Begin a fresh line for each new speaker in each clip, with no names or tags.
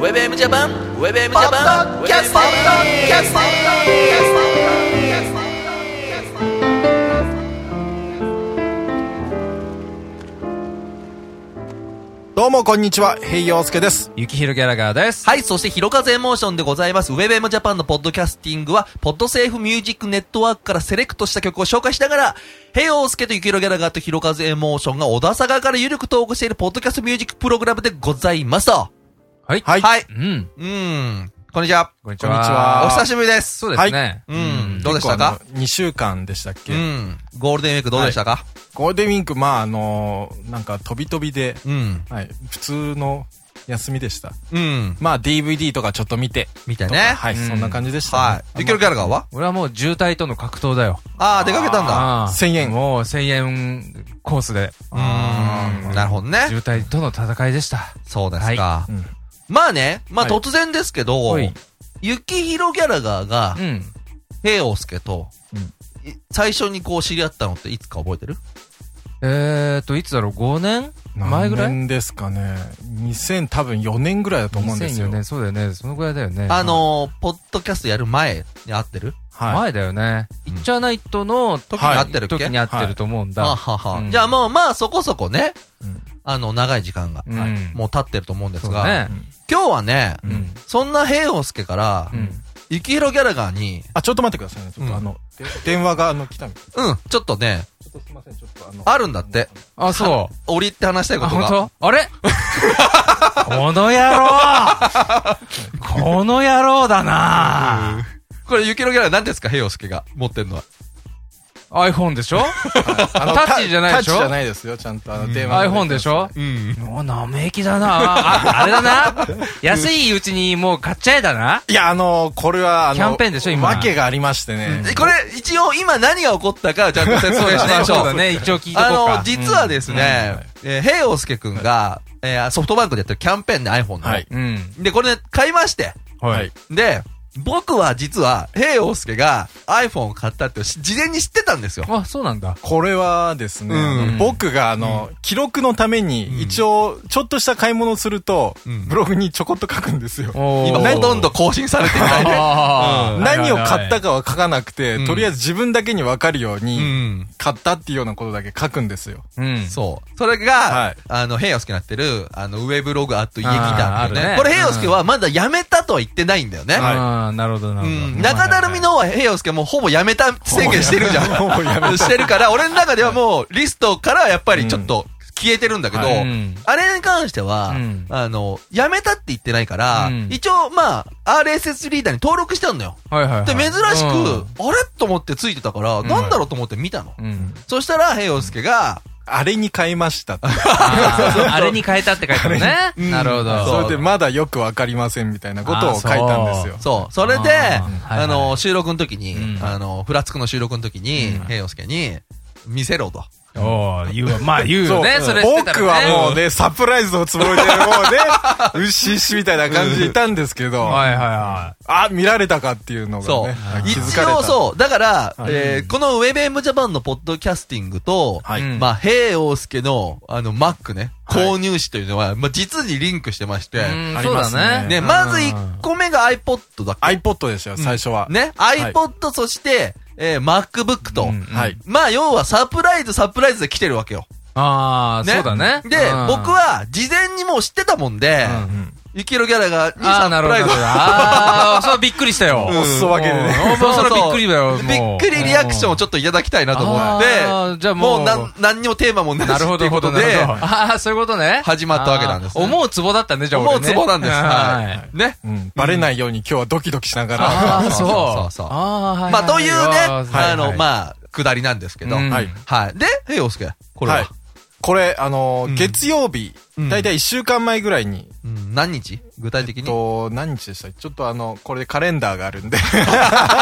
WebM ジャパン WebM ジャパン
キャストキャストキャストキャストキャスト
どうもこんにちは、平洋介です。
ゆきひろギャラガーです。
はい、そして、ひろかぜモーションでございます。WebM ジャパンのポッドキャスティングは、ポッドセーフミュージックネットワークからセレクトした曲を紹介しながら、平洋介とゆきひろギャラガーとひろかぜモーションが小田坂からゆるく投稿しているポッドキャストミュージックプログラムでございますと。
はい。
はい。
はい。
うん。
うーん。こんにちは。
こんにち
こんにちは
は。
お久しぶりです。
そうですね。
はいうんどうでしたか
?2 週間でしたっけ、
うん。ゴールデンウィークどうでしたか、
ゴールデンウィーク、まあ、あのーなんか飛び飛びで、
うん。
はい、普通の休みでした。
うん。
まあ、DVD とかちょっと見て、
みたい
とか
ね。
はい、
うん
そんな感じでした、
はい。ゆきひろギャラガーは
俺はもう渋滞との格闘だよ。
ああ、出かけたんだ。
ああ
1000円
もう1000円コースで。
うーん。なるほどね。
渋滞との戦いでした。
そうですか。
は
うん
まあね、まあ
はい
突然ですけど、
はい
ゆきひろギャラガーが
う、ん。
平尾介と、い最初にこう知り合ったのっていつか覚えてる
えーと、いつだろう ?5 年前ぐら
何年
い
ですかね。2000多分4年ぐらいだと思うんですよ。
2004年、そうだよね。そのぐらいだよね。
あのー、ポッドキャストやる前に会ってる
はい。
前だよね。
う
イ
ん
ッチャーナイトの時に
はい
合
合ってるっけ
時に合ってると思うん
あ
だ。
はは、
うん
じゃあもうまあそこそこね、
うん
あの、長い時間が、
うん
はいもう経ってると思うんです
そう
が、
だね。
今日はね、
うん。
そんな平尾介から、
うん。
ゆきひろギャラガーに、
あ、ちょっと待ってくださいね。ちょっ
うん
とあの、で電話があの来たみたい。ち
うん、ちょっとね、
ょっとすいません、ちょっとあの。
あるんだって。
あ、そう。
折りって話したいこ
あ、
とが。
本当？あ れこの野郎この野郎だな
これ、ゆきひろギャラガー何ですか平尾介が持ってるのは。
iPhone でしょ
あの
タッチじゃないでし
タ
ょ
ッチじゃないですよ、ちゃんと。あの、電話が出てます
?iPhone でしょ
うん。
もう生意気だなあ、あれだな安いうちにもう買っちゃえだない
や、あの、これは、あの、
キャンペーンでしょ今
訳がありましてね。
これ、一応今何が起こったか、ちゃんと説明しましょう。
そうだね、一応聞いとこう
あ
か。
の、実はですね、
うん
えー平洋介くんが、えーソフトバンクでやってるキャンペーンで iPhone の。
はい。
うん。うん。
で、これね、買いまして。
はい。
で、僕は実は、平洋介が iPhone を買ったってし事前に知ってたんですよ。
あ、そうなんだ。
これはですね、
うん
僕があの、記録のために、一応、ちょっとした買い物をすると、
うん
ブログにちょこっと書くんですよ。
今、ほとんど更新されてない ね。
あー
何を買ったかは書かなくて、
うん
とりあえず自分だけにわかるよう
う
に、
ん。
買ったっていうようなことだけ書くんですよ。
うん。
そう。それが、
はい
あの、平洋介になってる、あの、ウェブログアット家来
あー
た
あ
ん
る
だよね。
ね
これ平洋介はまだ辞めたとは言ってないんだよね。
はい
あーなるほど、な
う
るほ
ん。
ど。
中だるみの方は平洋介もうほぼ辞めた宣言してる じゃん。
もうや めた。
してるから、俺の中ではもう、リストからはやっぱりちょっと消えてるんだけど、
はい
うん
あれに関しては、
うん
あの、やめたって言ってないから、
うん
一応まあ、RSS リーダーに登録してんのよ。
はいはいはい。
で、珍しく、
うん
あれと思ってついてたから、
ん
なんだろうと思って見たの。
うん。
そしたら、平洋介が、
あれに買いました。
あーあれに変えたって書いてあるね。
に
なるほど。
それでまだよくわかりませんみたいなことを書いたんですよ。
そう、それで、あ,、
あーはいは
の、
い
収録の時に、
うん
あの、ふらつくの収録の時に、
うん
平洋介に、見せろと。
おー言うわ。まあ言う
そ
よ
う
ね。それ知ってた
僕
らね
はもうね、サプライズをつぼれて る方で、うっしっしみたいな感じでいたんですけど、
はいはいはい。
あ、見られたかっていうの
そ
が
う
ね。。
一
気づかれた。
応そう。だから、
はい
えーこの WebM ジャパンのポッドキャスティングと、
はい
うん
まあ、平洋介の、あの、Mac ね、
はい
購入誌というのは、まあ、実にリンクしてまして、
うん
あり
そう
ますね
だね。
ね、
うん
まず1個目が iPod だっ
iPod でしたよ、最初は。
け。ね、
い
iPod、そして、えー MacBook と、
うん
はい。
まあ、要はサプライズ、サプライズで来てるわけよ。
ああ、
ね。
そうだね。
で、
うん
僕、は、事前にもう知ってたもんで、
うん
ゆきろギャラが、に
ああ、
サ
な
プ
るほ
ラ
ど。
イズ。
ああ、そうびっくりしたよ。
お裾分けでね。
うんそれびっくりだよ。
びっくりリアクションを
ょ
ちょっといただきたいなと思って
あー、じゃあもう
もうなん、何にもテーマもなし
なるほ
ってい
ど、
うことで、
なるほどああ、そういうことね。
始まったわけなんですね
あー思うツボだったね、じゃあ
も
俺
う
ね。
ツボなんです。
は。
はいい。ね。
うんバレないように今日はドキドキしなが
あ
ら。
あ、そう。
そうそうそう
ああ、はいはい。
まあ、というね、
わ
あの、
あ、
まあ、くだりなんですけど。
うん
は
はいい。
で、平洋介、これ
はい
は。。
これ、あのー
うん
月曜日
うん、
だいたい1週間前ぐらいに、
うん何日具体的
えっ
に。
と、何日でしたちょっとあの、これでカレンダーがあるんで。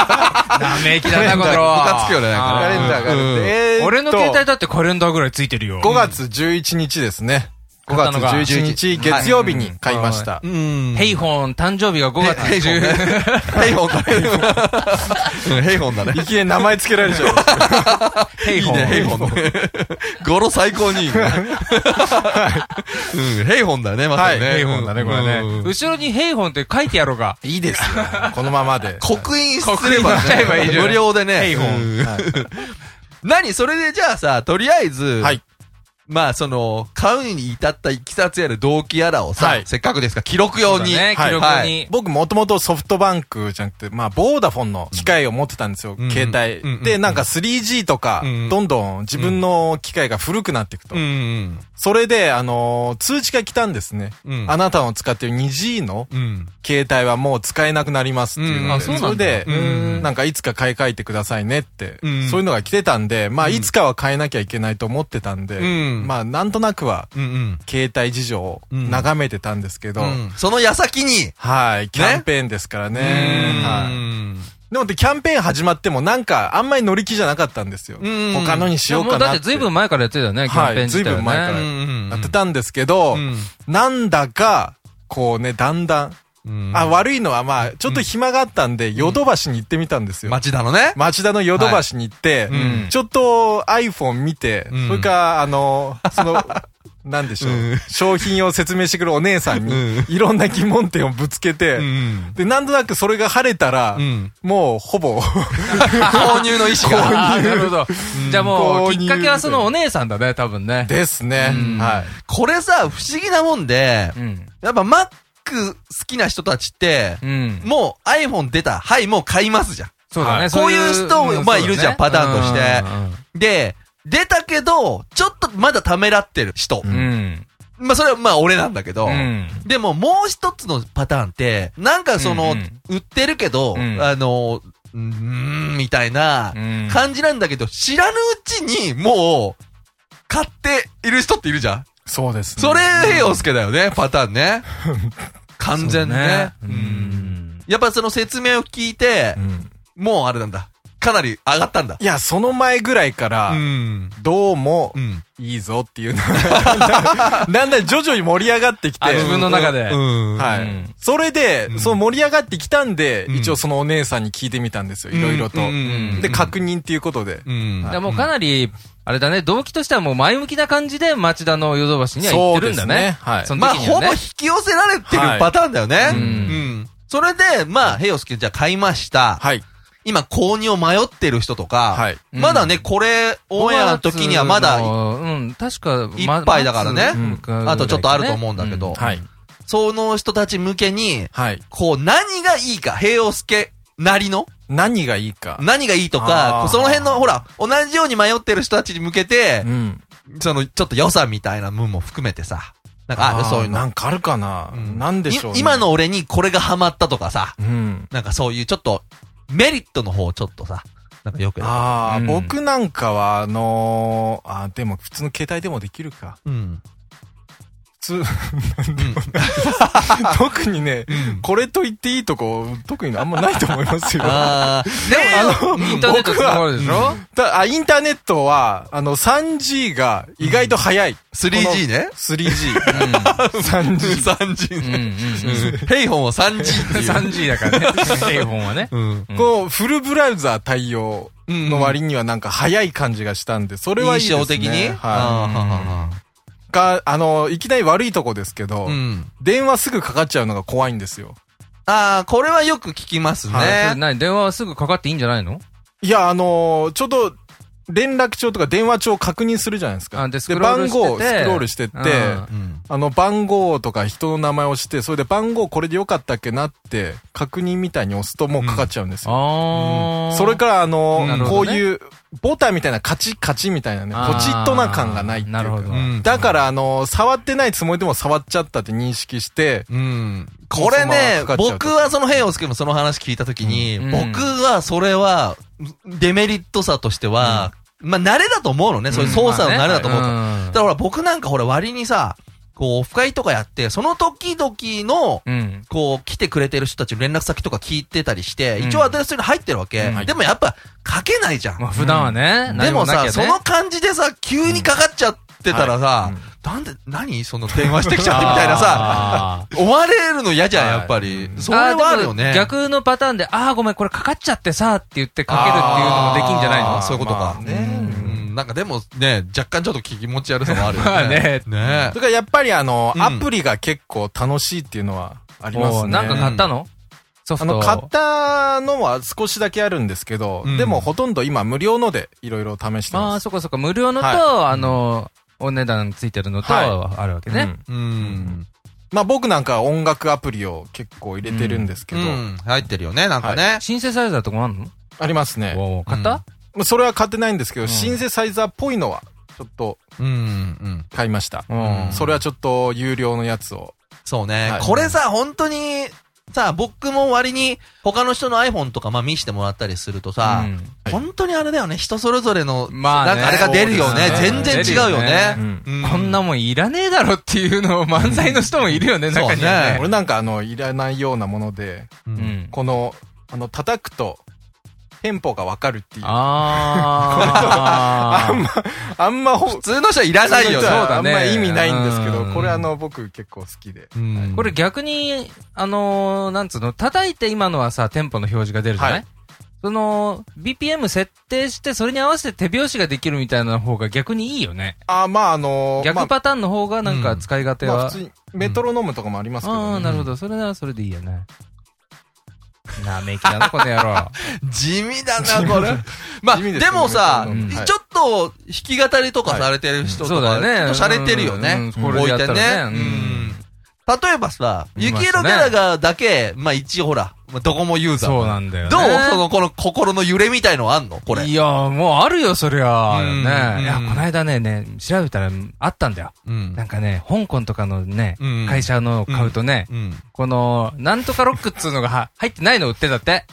生意気だな、
ム
これ
カ
は。
つくよねなんか
カ
ね
レンダーがあるん
うん
で。えーっと
俺の携帯だってカレンダーぐらいついてるよ。
5月11日ですね。 5
買ったのが
月11日月曜日に買いました。
うん。
ヘイホン誕生日が5月
ヘイホンね
10。
ヘイホンだね。うんヘイホンだね。
いきなり名前つけられちゃう。
ヘイ
いい
ホン。
ね、ヘイホンね。語呂最高にいいね。うん、ヘイホンだね、まさにね。
はいヘイホンだねこれね
うん
後ろにヘイホンって書いてやろうが。
いいです よ。このままで。
刻印すれば
刻印しちゃえばいい
ね、
じゃん
無料でね。
ヘイホン
うん
はい
何それでじゃあさ、とりあえず、
はい。
まあその、買うに至ったいきさつやる動機やらをさ、
はい
せっかくですから記録用に。
そうだね
はい
記録
は
に
い
僕もともとソフトバンクじゃなくて、まあ、ボーダフォンの機械を持ってたんですよ、
うん
携
うん
帯。で、なんか 3G とか
うん、
どんどん自分の機械が古くなっていくと
う。ん。
それで、あのー、通知が来たんですね。
うん
あなたの使ってる 2G の
うん。携
携帯はもう使えなくなりますっていうので
うんあ
そうなんだ
それで、
うん
なんかいつか買い替えてくださいねって、
うん
そういうのが来てたんで、まあ、
うん
いつかは変えなきゃいけないと思ってたんで、
うん
まあ、なんとなくは、
うんうん。
携帯事情を眺めてたんですけど、
うんその矢先に、
はい、キャンペーンですからね。はい
うん
でもで、キャンペーン始まってもなんかあんまり乗り気じゃなかったんですよ。
うん
他のにしようかなって。
もだってずいぶん前からやってたよね、キャンペーン自体はね。
はいずいぶん前から
うん
やってたんですけど、
うん
なんだか、こうね、だんだん、
うん
あ、悪いのはまあ、ちょっと暇があったんで、ヨドバシに行ってみたんですよ。
町田のね。
町田のヨドバシに行って、
はいうん
ちょっと iPhone 見て、
うん
それから、あの、その、 なんでしょう、
うん
商品を説明してくるお姉さんに、
うん
いろんな疑問点をぶつけて、
うん
で、なんとなくそれが晴れたら、
うん
もうほぼ、
購入の意思が。
ああ、なるほど。じゃあもう、
購
き
入
っかけはそのお姉さんだね、多分ね。
ですね。
うん
はい。
これさ、不思議なもんで
う、ん。
やっぱ Mac 好きな人たちって
う、ん。
もう iPhone 出た。はい、もう買いますじゃん。
そうだ
は
ね。
い
こういう人
うん
まあ
そうだね
いるじゃんパターンとして
う
で、出たけど、ちょっとまだためらってる人。
うん
んうんうん。
まあそれはまあ俺なんだけど、
うん。
でももう一つのパターンって、なんかその、
うんうん
売ってるけど、
うん
あの、うーん、みたいな
うん
感じなんだけど、知らぬうちにもう、買っている人っているじゃん
そうですね。
それ、ヘイオスケだよね、パターン ね。完全ね
う
うん
ん。
やっぱその説明を聞いて
う、ん
もうあれなんだ。かなり上がったんだ。
いや、その前ぐらいから、
ん。
どうも
う、ん。
いいぞっていうの が、だんだん徐々に盛り上がってきて、
あ自分の中で
うん。
はい
うん。
それで、その盛り上がってきたんで、
ん
一応そのお姉さんに聞いてみたんですよ、いろいろと
うんうん。
で、確認っていうことで。
うん。
だからもうかなり、あれだね、動機としてはもう前向きな感じで町田のヨドバシには行ってるんだね。
そうです
そ
ね
の
まあ、
時には
ほ
ね
ぼ引き寄せられてるパターンだよね。
いうん
うん。それで、まあ、ヘイオスケじゃあ買いました。
はい。
今、購入を迷ってる人とか、
はい
うん
まだね、これ、オンエアの時にはまだ、
うん、確か、ま
一杯だからね
うん
うんあとちょっとあると思うんだけど
う
はい。
その人たち向けに、
はい。
こう、何がいいか、ヘイオスケなりの、
何がいいか。
何がいいと
あ
か、
ー
その辺の、ほら、同じように迷ってる人たちに向けて
う、ん。
その、ちょっと良さみたいなムーンも含めてさ、なんか、あ
ー
そういうの。
なんかあるかな
うん
なんでしょう
い
ね
今。の俺にこれがハマったとかさ、
うん。
なんかそういうちょっと、メリットの方をちょっとさ、なんかよくや
ああ、
うん
僕なんかは、あのー、あーでも普通の携帯でもできるか。
る。うん。
普通、 特にね、これと言っていいとこ、特にあんまないと思いますよ。
あ あ、でも、あの、
インターネットつながるでしょ
だあインターネットは、あの、3G が意外と早い。
3G ね。
3G。
うん
3G。
3G
うんう
ね。
ん
うんヘイホンは 3G っていう。
3G だからね。ヘイホンは ね。
うん。
こう、フルブラウザー対応の割にはなんか早い感じがしたんで、それはいいです
印
ね。
象的に
は
あ
い。が、あの、いきなり悪いとこですけど
ー、うん。
電話すぐかかっちゃうのが怖いんですよ。
ああ、これはよく聞きます
はい
え
ね。
何電話はすぐかかっていいんじゃないの
いや、あのーちょうど、連絡帳とか電話帳を確認するじゃないですか。
あでスクロー
番
ルしてて
号をスクロールしてって、
うん
うん。
あの、番号とか人の名前をして、それで番号これでよかったっけなって、確認みたいに押すともうかかっちゃうんですよ。
ああ。
それから、あの
なる、
こ
ほ
う
どね
いう、ボタンみたいなカチカチみたいなね、
あー
ポチッとな感がないっていうか。
なるほど
うん
だから、あの、触ってないつもりでも触っちゃったって認識して、
うん。これね
そのままかか、っちゃうと
僕はそのヘイオスケのその話聞いたときに、
うん
僕はそれは、デメリットさとしては、まあ慣れだと思うのね。そういう操作の慣れだと思うから。
うん
だからほら僕なんかほら割にさ、こう、オフ会とかやって、その時々の、
うん。
こう、来てくれてる人たちの連絡先とか聞いてたりして、
うん
一応アドレスに入ってるわけ。
うん
でもやっぱ、書けないじゃん。
まあ普段はね、
で
何
も
なきゃ
さ、そ
ね
の感じでさ、急にかかっちゃってたらさ、
うん
なんで、何その電話してきちゃってみたいなさ、 思われるの嫌じゃん、やっぱり。それはあるよ
あーで
ね。
も逆のパターンで、ああ、ごめん、これかかっちゃってさ、って言ってかけるっていうのもできんじゃない
あー
の
そういうことか
ま。あ
ね。うんなんかでもね、若干ちょっと気持ち悪さもあるよ
まあね
ね
だからやっぱりあの、
うん
アプリが結構楽しいっていうのはあります
おー
ね。
なんか買ったのソ
あ
フト。
の、買ったのは少しだけあるんですけど、
うん
でもほとんど今無料のでいろいろ試して
あ
ま
あ、
す。
そっかそっか。無料のと、
は
あの、お値段ついてるのと、
は
あるわけ
う
ね。
ん
うん。
まあ僕なんかは音楽アプリを結構入れてるんですけ
う
ど、
ん。入ってるよね、なんかね。
シンセサイザーとかもあんの
ありますね。
おー買った
まあそれは買ってないんですけど、
ん
シンセサイザーっぽいのはちょっと
うん。うん。
買いました。
うん
それはちょっと有料のやつを。
そうね
は。い
これさ、本当に、さ、僕も割に他の人の iPhone とかまあ見してもらったりするとさ
う、ん
本当にあれだよね、人それぞれの、
まあ
な
ね
んかあれが出るよね
そう。です
全
ね
然違うよね
出るよね。
う
こんなもんいらねえだろっていうのを漫才の人もいるよね、
そう
中にはね。
俺なんかあの、いらないようなもので、
うん
うん
この、あの、叩くと、テンポがわかるっていう。あ
あ ー
んまほ、
普通の人はいらないよね。
普通の人はそうだね
あんま意味ないんですけ
う
ど
ん、
これあの、僕結構好きで。
うん
これ、逆に、あのー、なんつうの、叩いて今のはさ、テンポの表示が出るじゃない、
はい
その、BPM 設定して、それに合わせて手拍子ができるみたいな方が逆にいいよね。
あー、まああのー、
逆
まあ
パターンの方がなんか使い勝手
まあ
は
普。通にメトロノームとかもありますけどね。
ああ、なるほど。それならそれでいいよね。なめきだな、この野郎。
地味だな、これ。まあ、
地味
です
けど
もさ、
うん
ちょっと弾き語りとかされてる人と
そう
か、
だ
ちょっ
ね。
とされてるよね。
うんうんこれでや
置
っ
いて
たらね。うん
ね。うん例えばさ、
い
雪
ま
色
すね
ギャラガーだけ、まあ一応ほら、まあどこもユーザー。
そうなんだよね。
どうその、この心の揺れみたいのあんのこれ。
いや、もうあるよ、そりゃあ。
うん
ね。いや、
うん
こないだね、ね、調べたらあったんだよ。
うん
なんかね、香港とかのね
うん、
会社のを買うとね、
うん。
この、なんとかロックっつうのがは入ってないの売ってたって。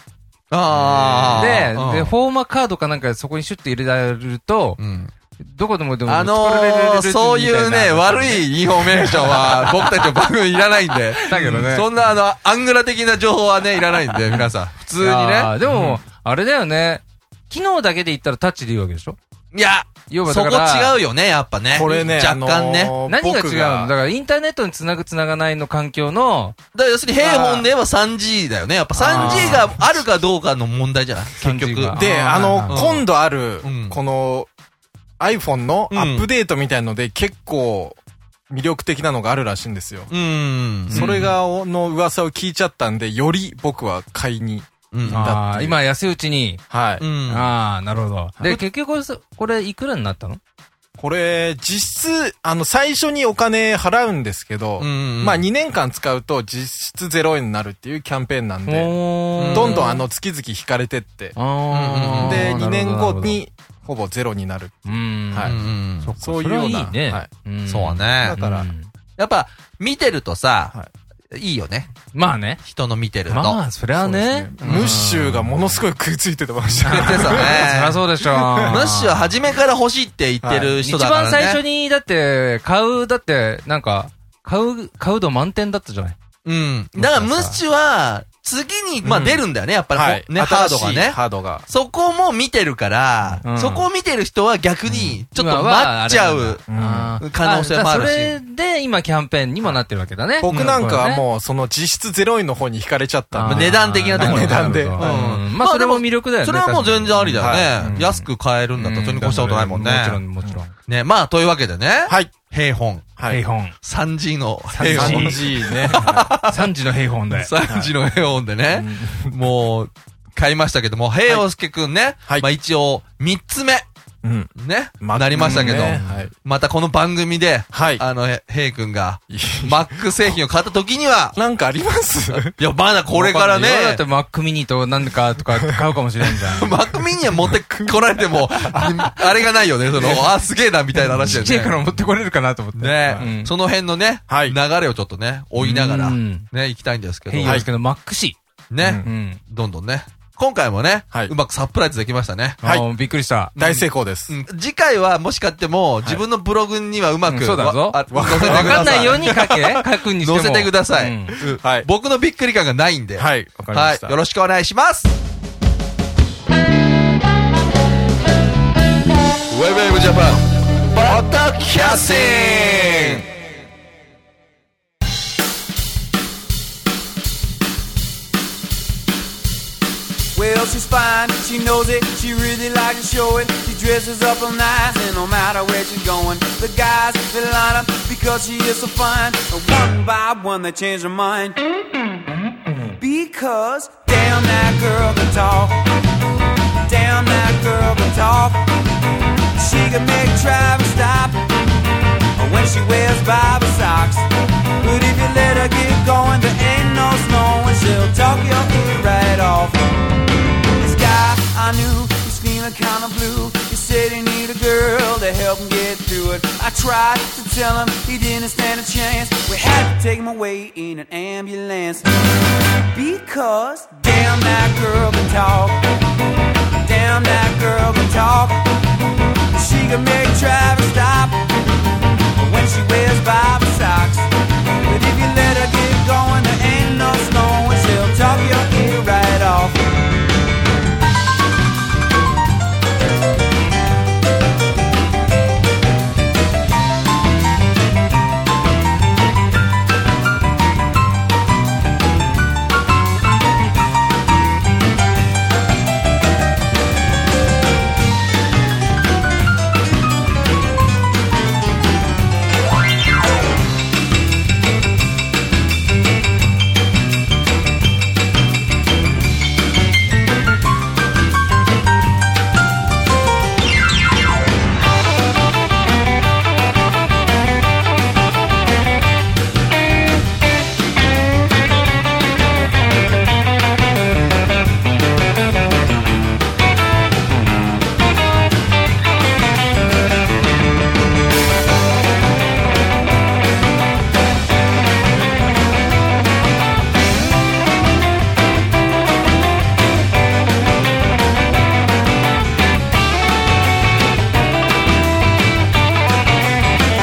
あ
で、
あ。
で、フォーマカードかなんかそこにシュッと入れられると、
うん。
どこでもでも、
あのー、そういうね、悪
い。
いインフォメーションは、僕たちの番組いらないん で。
だけどね
そんな、あの、アングラ的な情報はね、いらないんで、皆さん。普通に
あー
ね。
でも、あれだよね。機能だけで言ったらタッチでいいわけでしょ
いや、
要は
そ
だ
こ
から、
違うよね、やっぱね。
これね、
若干ね。
あのー
何が違うの
僕
だからインターネットにつなぐつながないの環境の
だから要するに、平本で言えば 3G だよね。やっぱ 3G があるかどうかの問題じゃない結
3G が
局。
で、
あー
あの、
うん
今度ある
うん、
この iPhone の
うん
アップデートみたいので結構魅力的なのがあるらしいんですよ。
うん。
それが、の噂を聞いちゃったんで、より僕は買いに。
うん。
あ
あー今安いうちに、
は
う
い。
ん。
ああなるほど
う
で
ん
結局そこれいくらになったの
これ、実質、あの、最初にお金払うんですけど、
うん
まあ2年間使うと実質0円になるっていうキャンペーンなんで、
ー
どんどんあの、月々引かれてって、
あー
で、2年
なるほ
後
ど
に、ほぼゼロになる。
うん
はい
うん
そっか
そういうような
それはいいね
はい
うん
そうはね
だ。から
うん
やっぱ、見てるとさ、いいよね。
まあね
人の見てると。
まあそりゃね
そうですムッシュがものすごい食いついてて ましたね。
言ってたね
そりゃそうでしょム
ムッシュは初めから欲しいって言ってる
一
人だからね。
番最初にだって買うだってなんか買う買う度満点だったじゃない
うん。だからムッシュは、次に、まあ出るんだよね、やっぱり。
はい。
ね、ハードが
新しい
ね。
ハードが。
そこも見てるから、
うん
そこを見てる人は逆に、ちょっ
今
と
は
待っちゃう。
れなんだ
うん可能性もあるし
あだからそれで今キャンペーンにもなってるわけだね。
僕なんかは
う
もう、その実質ゼロ円の方に引かれちゃったん
あ
で。
ー値段的なところ
値段で
うん
うん
まあそれも魅力だよね。
それはもう全然ありだよね。
はいうん
安く買えるんだったら、それに越したことないもんね。
もちろん、もちろん。
ね、まあ、というわけでね。
はい。
平本。
はい。
本。
3G の
平
平
本
本。
3G ね。
3時の平本で。
3G の平本でね。もう、買いましたけども、平洋介くんね。
はい
まあ一応、3つ目。
うん。
ね。なりましたけど。
ねはい。
またこの番組で、
はい、
あの、へ平君が、マック製品を買った時には
なんかあります
いや、まだこれからね、
今だってマックミニと何かとか買うかもしれんじゃ ん。
マックミニア持ってこられて も、ああれがないよね、その、あ、すげえな、みたいな話だ
ちっちゃいか
よね。
ら持ってこれるかなと思って。
ね、
うん
その辺のね、
はい
流れをちょっとね、追いながら、
う
ね、
ん
行きたいんですけど、
平洋介のマック氏。
ね、
うん。
どんどんね、今回もね、
はいう
まくサプライズできましたね。
はい
あーびっくりした。
大成功です
う。ん次回はもしかっても、自分のブログにはうまく、
うんそうだぞ
わあ載せてくださ
わかんないように書け 書くにしても。
載せてください。
うん
うん
はい
僕のびっくり感がないんで。
はい。わかりま
は
し
い。
た。
よろしくお願いします。ウェブウェブジャパン、バタキキャスティング
Well, she's fine, she knows it, she really likes to show it. She dresses up all nice, and no matter where she's going, the guys they line up because she is so fine. And one by one, they change their mind because damn that girl can talk, damn that girl can talk. She can make traffic stop when she wears Bible socks. But if you let her get going, there ain't no snowing. She'll talk your ear right off. This guy I knew was feeling kinda blue. He said he need a girl to help him get through it. I tried to tell him he didn't stand a chance. We had to take him away in an ambulance. Because damn that girl can talk. Damn that girl can talk. She can make traffic stop when she wears Bible socks. But if you let her get going, there ain't no snowing. She'll talk your ear right off.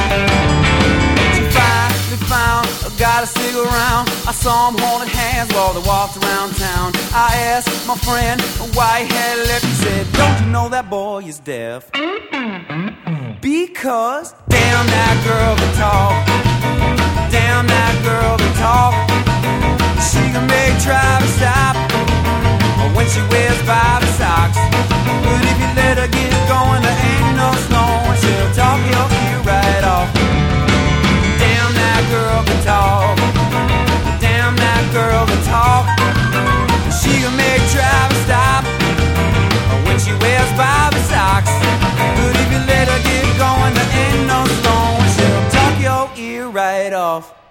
She finally found I got a stick around. I saw him holding hands while they walked around town. I asked my friend why he had left. He said, Don't you know that boy is deaf? Because damn that girl can talk. Damn that girl can talk. She can make traffic stop when she wears Bible socks. But if you let her get going, there ain't no snowing. She'll talk your ear right off. Damn that girl can talk. Damn that girl can talk. She can make traffic stop when she wears Bobby socks. But if you let her get going, there ain't no stone. She'll talk your ear right off.